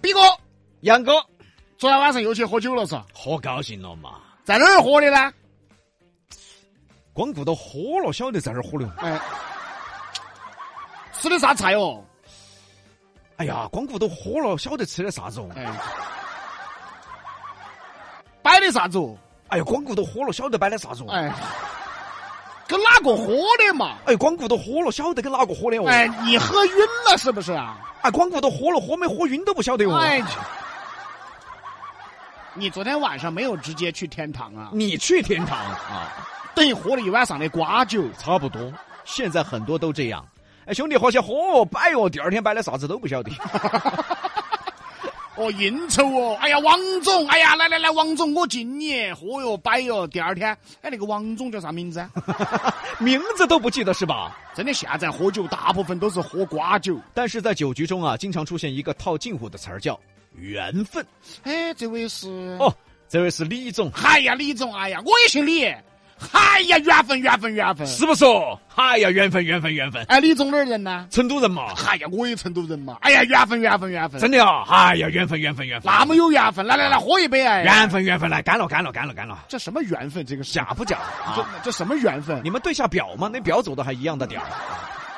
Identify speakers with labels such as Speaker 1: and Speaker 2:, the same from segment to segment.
Speaker 1: 比哥，
Speaker 2: 杨哥，
Speaker 1: 昨天晚上又去喝酒了是吧？
Speaker 2: 喝高兴了嘛？
Speaker 1: 在哪儿喝的呢？
Speaker 2: 光顾到喝了，晓得在这儿喝的。
Speaker 1: 哎，吃的啥菜哦？
Speaker 2: 哎呀，光顾到喝了，晓得吃的啥子哦？
Speaker 1: 哎，摆的啥子哦？
Speaker 2: 哎呀，光顾到喝了，晓得摆的啥子哦？
Speaker 1: 哎，跟哪个喝的嘛？
Speaker 2: 哎，光顾到喝了，晓得跟哪个喝的哦？
Speaker 1: 哎，你喝晕了是不是啊？
Speaker 2: 哎，光顾到喝了，喝没喝晕都不晓得哦。
Speaker 1: 哎，你昨天晚上没有直接去天堂啊？
Speaker 2: 你去天堂啊？
Speaker 1: 等于喝了一晚上的瓜酒。
Speaker 2: 差不多，现在很多都这样。哎，兄弟，喝些喝哦，摆哦，第二天摆的啥子都不 晓得。
Speaker 1: 哦，应酬哦！哎呀，王总，哎呀，来来来，王总，我敬你，喝哟，摆哟。第二天，哎，那个王总叫啥名字啊？
Speaker 2: 名字都不记得是吧？
Speaker 1: 真的，现在喝酒大部分都是喝瓜酒。
Speaker 2: 但是在酒局中啊，经常出现一个套近乎的词儿叫缘分。
Speaker 1: 哎，这位是
Speaker 2: 哦，这位是李总，
Speaker 1: 哎呀，李总，哎呀，我也姓李。哎呀，缘分，缘分，缘分。
Speaker 2: 是不是？哦？哎呀，缘分，缘分，缘分。
Speaker 1: 哎，李总哪儿人呢？
Speaker 2: 成都人嘛，
Speaker 1: 哎呀，我也成都人嘛。哎呀，缘分，缘分，缘分。
Speaker 2: 真的啊！哎呀，缘分，缘分，缘分。
Speaker 1: 那么有缘分，来来来，喝一杯哎。
Speaker 2: 缘分，缘分，来干了，干了，干了，干了。
Speaker 1: 这什么缘分？这个是
Speaker 2: 假不假
Speaker 1: 这
Speaker 2: 啊？
Speaker 1: 这什么缘分？
Speaker 2: 你们对下表嘛，那表走的还一样的点儿。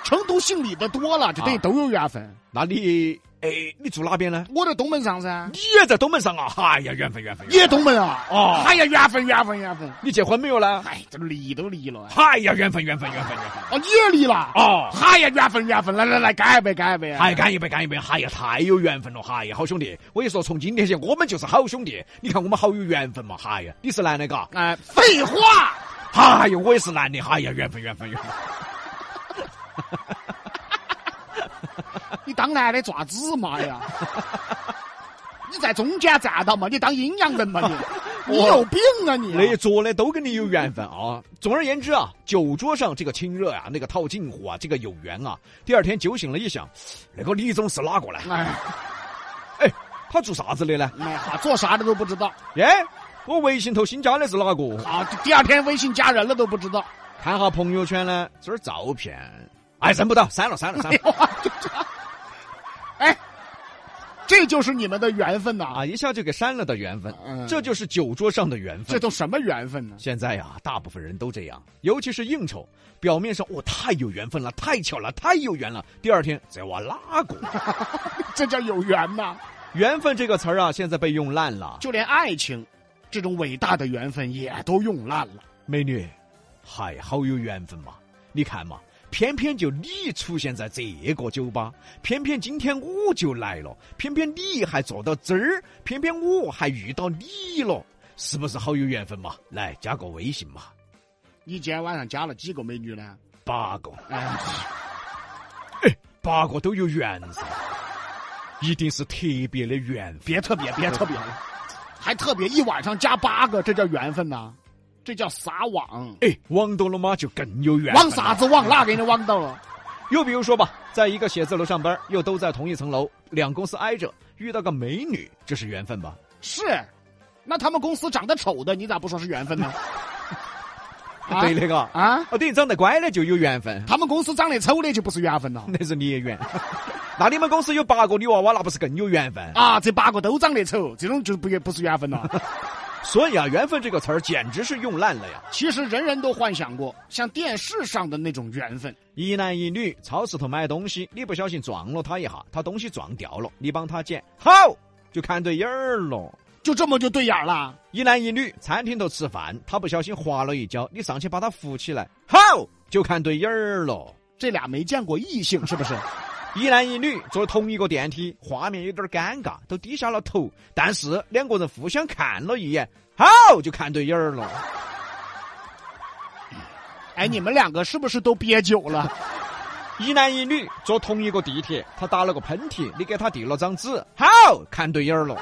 Speaker 1: 成都姓李的多了，这等于都有缘分。
Speaker 2: 那你哎，你住哪边呢？
Speaker 1: 我在东门上噻，
Speaker 2: 你也在东门上啊？哎呀，缘分，缘分。
Speaker 1: 也东门啊。
Speaker 2: 哦
Speaker 1: 哎呀，缘分，缘分，缘分。
Speaker 2: 你结婚没有呢？
Speaker 1: 哎，这离都离了。
Speaker 2: 哎呀，缘分，缘分，缘分，缘分。
Speaker 1: 哦，你也离了。
Speaker 2: 哦，
Speaker 1: 哎呀，缘分，缘分，来来来，干一杯，干一杯。
Speaker 2: 哎，干一杯，干一杯！哎呀，太有缘分了！哎呀，好兄弟，我跟你说，从今天起我们就是好兄弟。你看我们好有缘分嘛！哎呀，你是男的嘎？
Speaker 1: 哎，废话。
Speaker 2: 哎呀，我也是男的！哎呀，缘分，缘分，缘分。
Speaker 1: 你当男的爪子嘛 呀？你在中间站到嘛？你当阴阳人嘛你？你
Speaker 2: 我
Speaker 1: 有病啊你
Speaker 2: 那一桌的都跟你有缘分啊！总而言之啊，酒桌上这个亲热啊，那个套近乎啊，这个有缘啊。第二天酒醒了，一想，那个李总是哪个呢？
Speaker 1: 哎，
Speaker 2: 哎，他做啥子的呢？
Speaker 1: 哎哈，做啥的都不知道。
Speaker 2: 哎，我微信头新加的是哪个？
Speaker 1: 啊，第二天微信加人了都不知道。
Speaker 2: 看下朋友圈呢，这儿照片，哎，认不到，删了，删了，删
Speaker 1: 哎
Speaker 2: 了。
Speaker 1: 呦，哎，这就是你们的缘分呐、
Speaker 2: 啊，一下就给删了的缘分，
Speaker 1: 嗯
Speaker 2: 这就是酒桌上的缘
Speaker 1: 这
Speaker 2: 分。
Speaker 1: 都什么缘分呢？
Speaker 2: 现在呀、大部分人都这样，尤其是应酬，表面上我、哦太有缘分了，太巧了，太有缘了。第二天这娃哪个？
Speaker 1: 这叫有缘呐、
Speaker 2: 缘分这个词儿啊，现在被用烂了。
Speaker 1: 就连爱情，这种伟大的缘分也都用烂了。
Speaker 2: 美女，嗨，好有缘分嘛！你看嘛，偏偏就你出现在这个酒吧，偏偏今天我就来了，偏偏你还坐到这儿，偏偏我还遇到你了，是不是好有缘分嘛？来加个微信嘛，
Speaker 1: 你今天晚上加了几个美女呢？
Speaker 2: 八个，
Speaker 1: 哎，
Speaker 2: 八个都有缘 噻，一定是特别的缘分。
Speaker 1: 别特别，别特别了，还特别一晚上加八个，这叫缘分呐、这叫撒网。
Speaker 2: 哎，网到了嘛，就更有缘分了。
Speaker 1: 网啥子网？哪给你网到了？
Speaker 2: 又比如说吧，在一个写字楼上班，又都在同一层楼，两公司挨着，遇到个美女，这是缘分吧？
Speaker 1: 是，那他们公司长得丑的，你咋不说是缘分呢？啊
Speaker 2: 对那个，
Speaker 1: 啊，
Speaker 2: 哦，对你长得乖的就有缘分，
Speaker 1: 他们公司长得丑的就不是缘分了。
Speaker 2: 那是孽缘。 那你们公司有八个女娃娃，那不是更有缘分？
Speaker 1: 啊，这八个都长得丑，这种就不不是缘分了。
Speaker 2: 所以啊，缘分这个词儿简直是用烂了呀！
Speaker 1: 其实人人都幻想过像电视上的那种缘分，
Speaker 2: 一男一女，超市头买东西，你不小心撞了他一下，他东西撞掉了，你帮他捡，好就看对眼儿了。
Speaker 1: 就这么就对眼儿了。
Speaker 2: 一男一女，餐厅头吃饭，他不小心滑了一跤，你上去把他扶起来，好就看对眼儿了。
Speaker 1: 这俩没见过异性是不是？
Speaker 2: 一男一女坐同一个电梯，画面有点尴尬，都低下了头，但是两个人互相看了一眼，好就看对眼儿了。
Speaker 1: 哎，你们两个是不是都憋久了？
Speaker 2: 一男一女坐同一个地铁，他打了个喷嚏，你给他递了张纸，好看对眼儿了，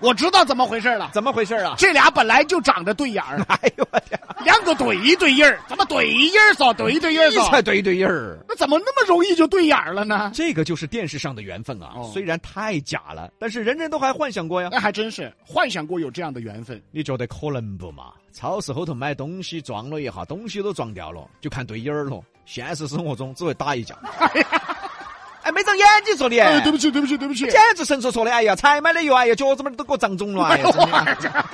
Speaker 1: 我知道怎么回事了。
Speaker 2: 怎么回事儿啊？，
Speaker 1: 这俩本来就长得对眼儿
Speaker 2: 哎呦我天，
Speaker 1: 两个对一对眼儿，怎么对眼儿嗦？对对眼儿
Speaker 2: 你才
Speaker 1: 嗦？
Speaker 2: 对对眼儿。
Speaker 1: 那怎么那么容易就对眼儿了 呢？
Speaker 2: 这个就是电视上的缘分啊，
Speaker 1: 哦
Speaker 2: 虽然太假了，但是人人都还幻想过呀。
Speaker 1: 哎那还真是幻想过有这样的缘分。
Speaker 2: 你觉得可能不嘛？超市后头买东西撞了一下，东西都撞掉了，就看对眼儿了。现实生活中只会打一架。 哎，没长眼睛说你，
Speaker 1: 哎，对不起，对不起，对不起
Speaker 2: 简。直神出说的，哎呀，才买的油，哎呀，脚趾拇儿都给我胀肿了，哎呀，真的哎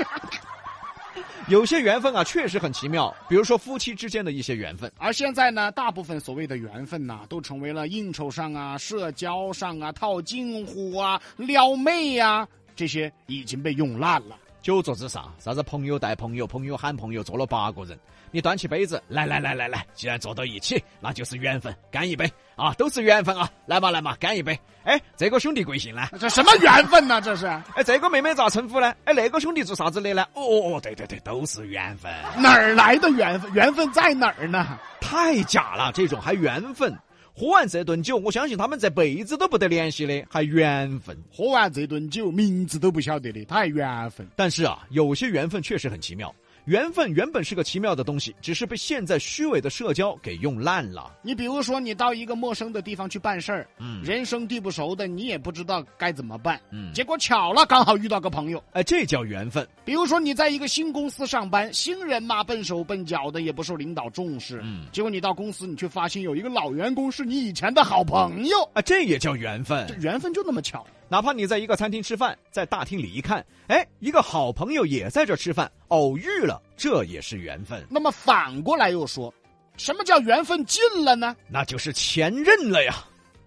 Speaker 2: 有些缘分啊，确实很奇妙，比如说夫妻之间的一些缘分。
Speaker 1: 而现在呢，大部分所谓的缘分呐、都成为了应酬上啊、社交上啊、套近乎啊、撩妹呀、这些已经被用烂了。
Speaker 2: 酒桌之上，啥子朋友带朋友，朋友喊朋友，坐了八个人，你端起杯子，来来来来来，既然坐到一起，那就是缘分，干一杯啊，都是缘分啊，来嘛来嘛，干一杯。哎，这个兄弟贵姓呢？
Speaker 1: 这什么缘分呢、这是
Speaker 2: 哎，这个妹妹咋称呼呢？哎，那个兄弟做啥子的呢？哦哦哦，对对对，都是缘分，
Speaker 1: 哪儿来的缘分？缘分在哪儿呢？
Speaker 2: 太假了，哎这种还缘分。喝完这顿酒，我相信他们这辈子都不得联系的， 还缘分。
Speaker 1: 喝完这顿酒，名字都不晓得的，他还缘分。
Speaker 2: 但是啊，有些缘分确实很奇妙。缘分原本是个奇妙的东西，只是被现在虚伪的社交给用烂了。
Speaker 1: 你比如说，你到一个陌生的地方去办事儿，
Speaker 2: 嗯
Speaker 1: 人生地不熟的，你也不知道该怎么办。
Speaker 2: 嗯，
Speaker 1: 结果巧了，刚好遇到个朋友。
Speaker 2: 哎，这叫缘分。
Speaker 1: 比如说你在一个新公司上班，新人嘛，笨手笨脚的，也不受领导重视。
Speaker 2: 嗯
Speaker 1: 结果你到公司，你却发现有一个老员工是你以前的好朋友，
Speaker 2: 啊，这也叫缘
Speaker 1: 这
Speaker 2: 分。
Speaker 1: 缘分就那么巧。
Speaker 2: 哪怕你在一个餐厅吃饭，在大厅里一看，哎，一个好朋友也在这吃饭，偶遇了，这也是缘分，
Speaker 1: 那么反过来又说，什么叫缘分尽了呢？
Speaker 2: 那就是前任了呀。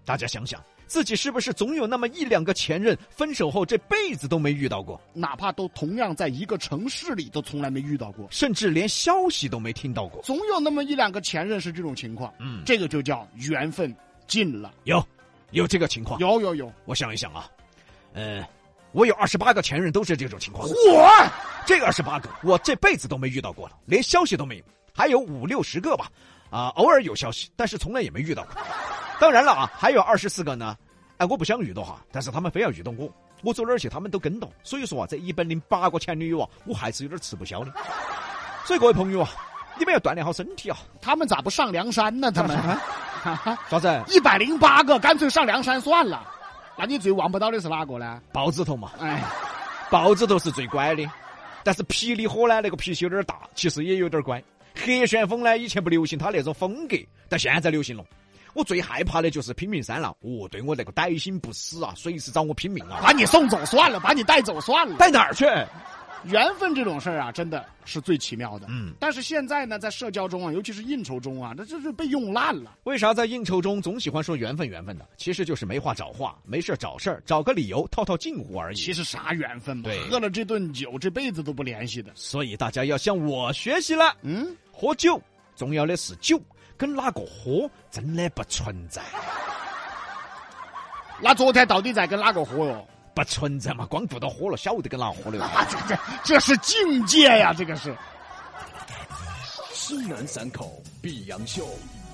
Speaker 2: 大家想想，自己是不是总有那么一两个前任，分手后这辈子都没遇到过，
Speaker 1: 哪怕都同样在一个城市里，都从来没遇到过，
Speaker 2: 甚至连消息都没听到过？
Speaker 1: 总有那么一两个前任是这种情况。
Speaker 2: 嗯，
Speaker 1: 这个就叫缘分尽了。
Speaker 2: 有，有这个情况。
Speaker 1: 有有有，
Speaker 2: 我想一想啊，呃，我有二十八个前任都是这种情况，
Speaker 1: 嚯！
Speaker 2: 这个二十八个我这辈子都没遇到过了，连消息都没有，还有五六十个吧，啊、偶尔有消息，但是从来也没遇到过。当然了啊，还有二十四个呢，哎，我不想遇到哈，但是他们非要遇到我，我走哪儿去他们都跟到，所以说啊，这一百零八个前女友啊，我还是有点吃不消的。所以各位朋友啊，你们要锻炼好身体啊，
Speaker 1: 他们咋不上梁山呢？他们啊
Speaker 2: 啥子
Speaker 1: 一百零八个，干脆上梁山算了。那你最望不到的是哪个呢？
Speaker 2: 豹子头嘛，
Speaker 1: 哎，
Speaker 2: 豹子头是最乖的，但是霹雳火呢，那个脾气有点大，其实也有点乖。黑旋风呢，以前不流行他那种风格，但现在流行了。我最害怕的就是拼命三郎，哦，对我那个歹心不死啊，随时找我拼命啊！
Speaker 1: 把你送走算了，把你带走算了。
Speaker 2: 带哪儿去？
Speaker 1: 缘分这种事儿啊，真的是最奇妙的。
Speaker 2: 嗯，
Speaker 1: 但是现在呢，在社交中啊，尤其是应酬中啊，那这是被用烂了。
Speaker 2: 为啥在应酬中总喜欢说缘分缘分的？其实就是没话找话，没事儿找事儿，找个理由套套近乎而
Speaker 1: 其
Speaker 2: 已。
Speaker 1: 实啥缘分嘛
Speaker 2: 对，
Speaker 1: 喝了这顿酒，这辈子都不联系的。
Speaker 2: 所以大家要向我学习了，
Speaker 1: 嗯，
Speaker 2: 喝酒重要的是酒，跟哪个喝真的不存在，
Speaker 1: 那昨天到底在跟哪个喝哟？
Speaker 2: 不存在嘛，光顾到喝了，晓得跟哪喝的哟。
Speaker 1: 啊，这这这是境界呀、这个是。
Speaker 3: 西南三口碧阳秀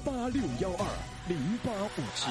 Speaker 3: 八六幺二零八五七。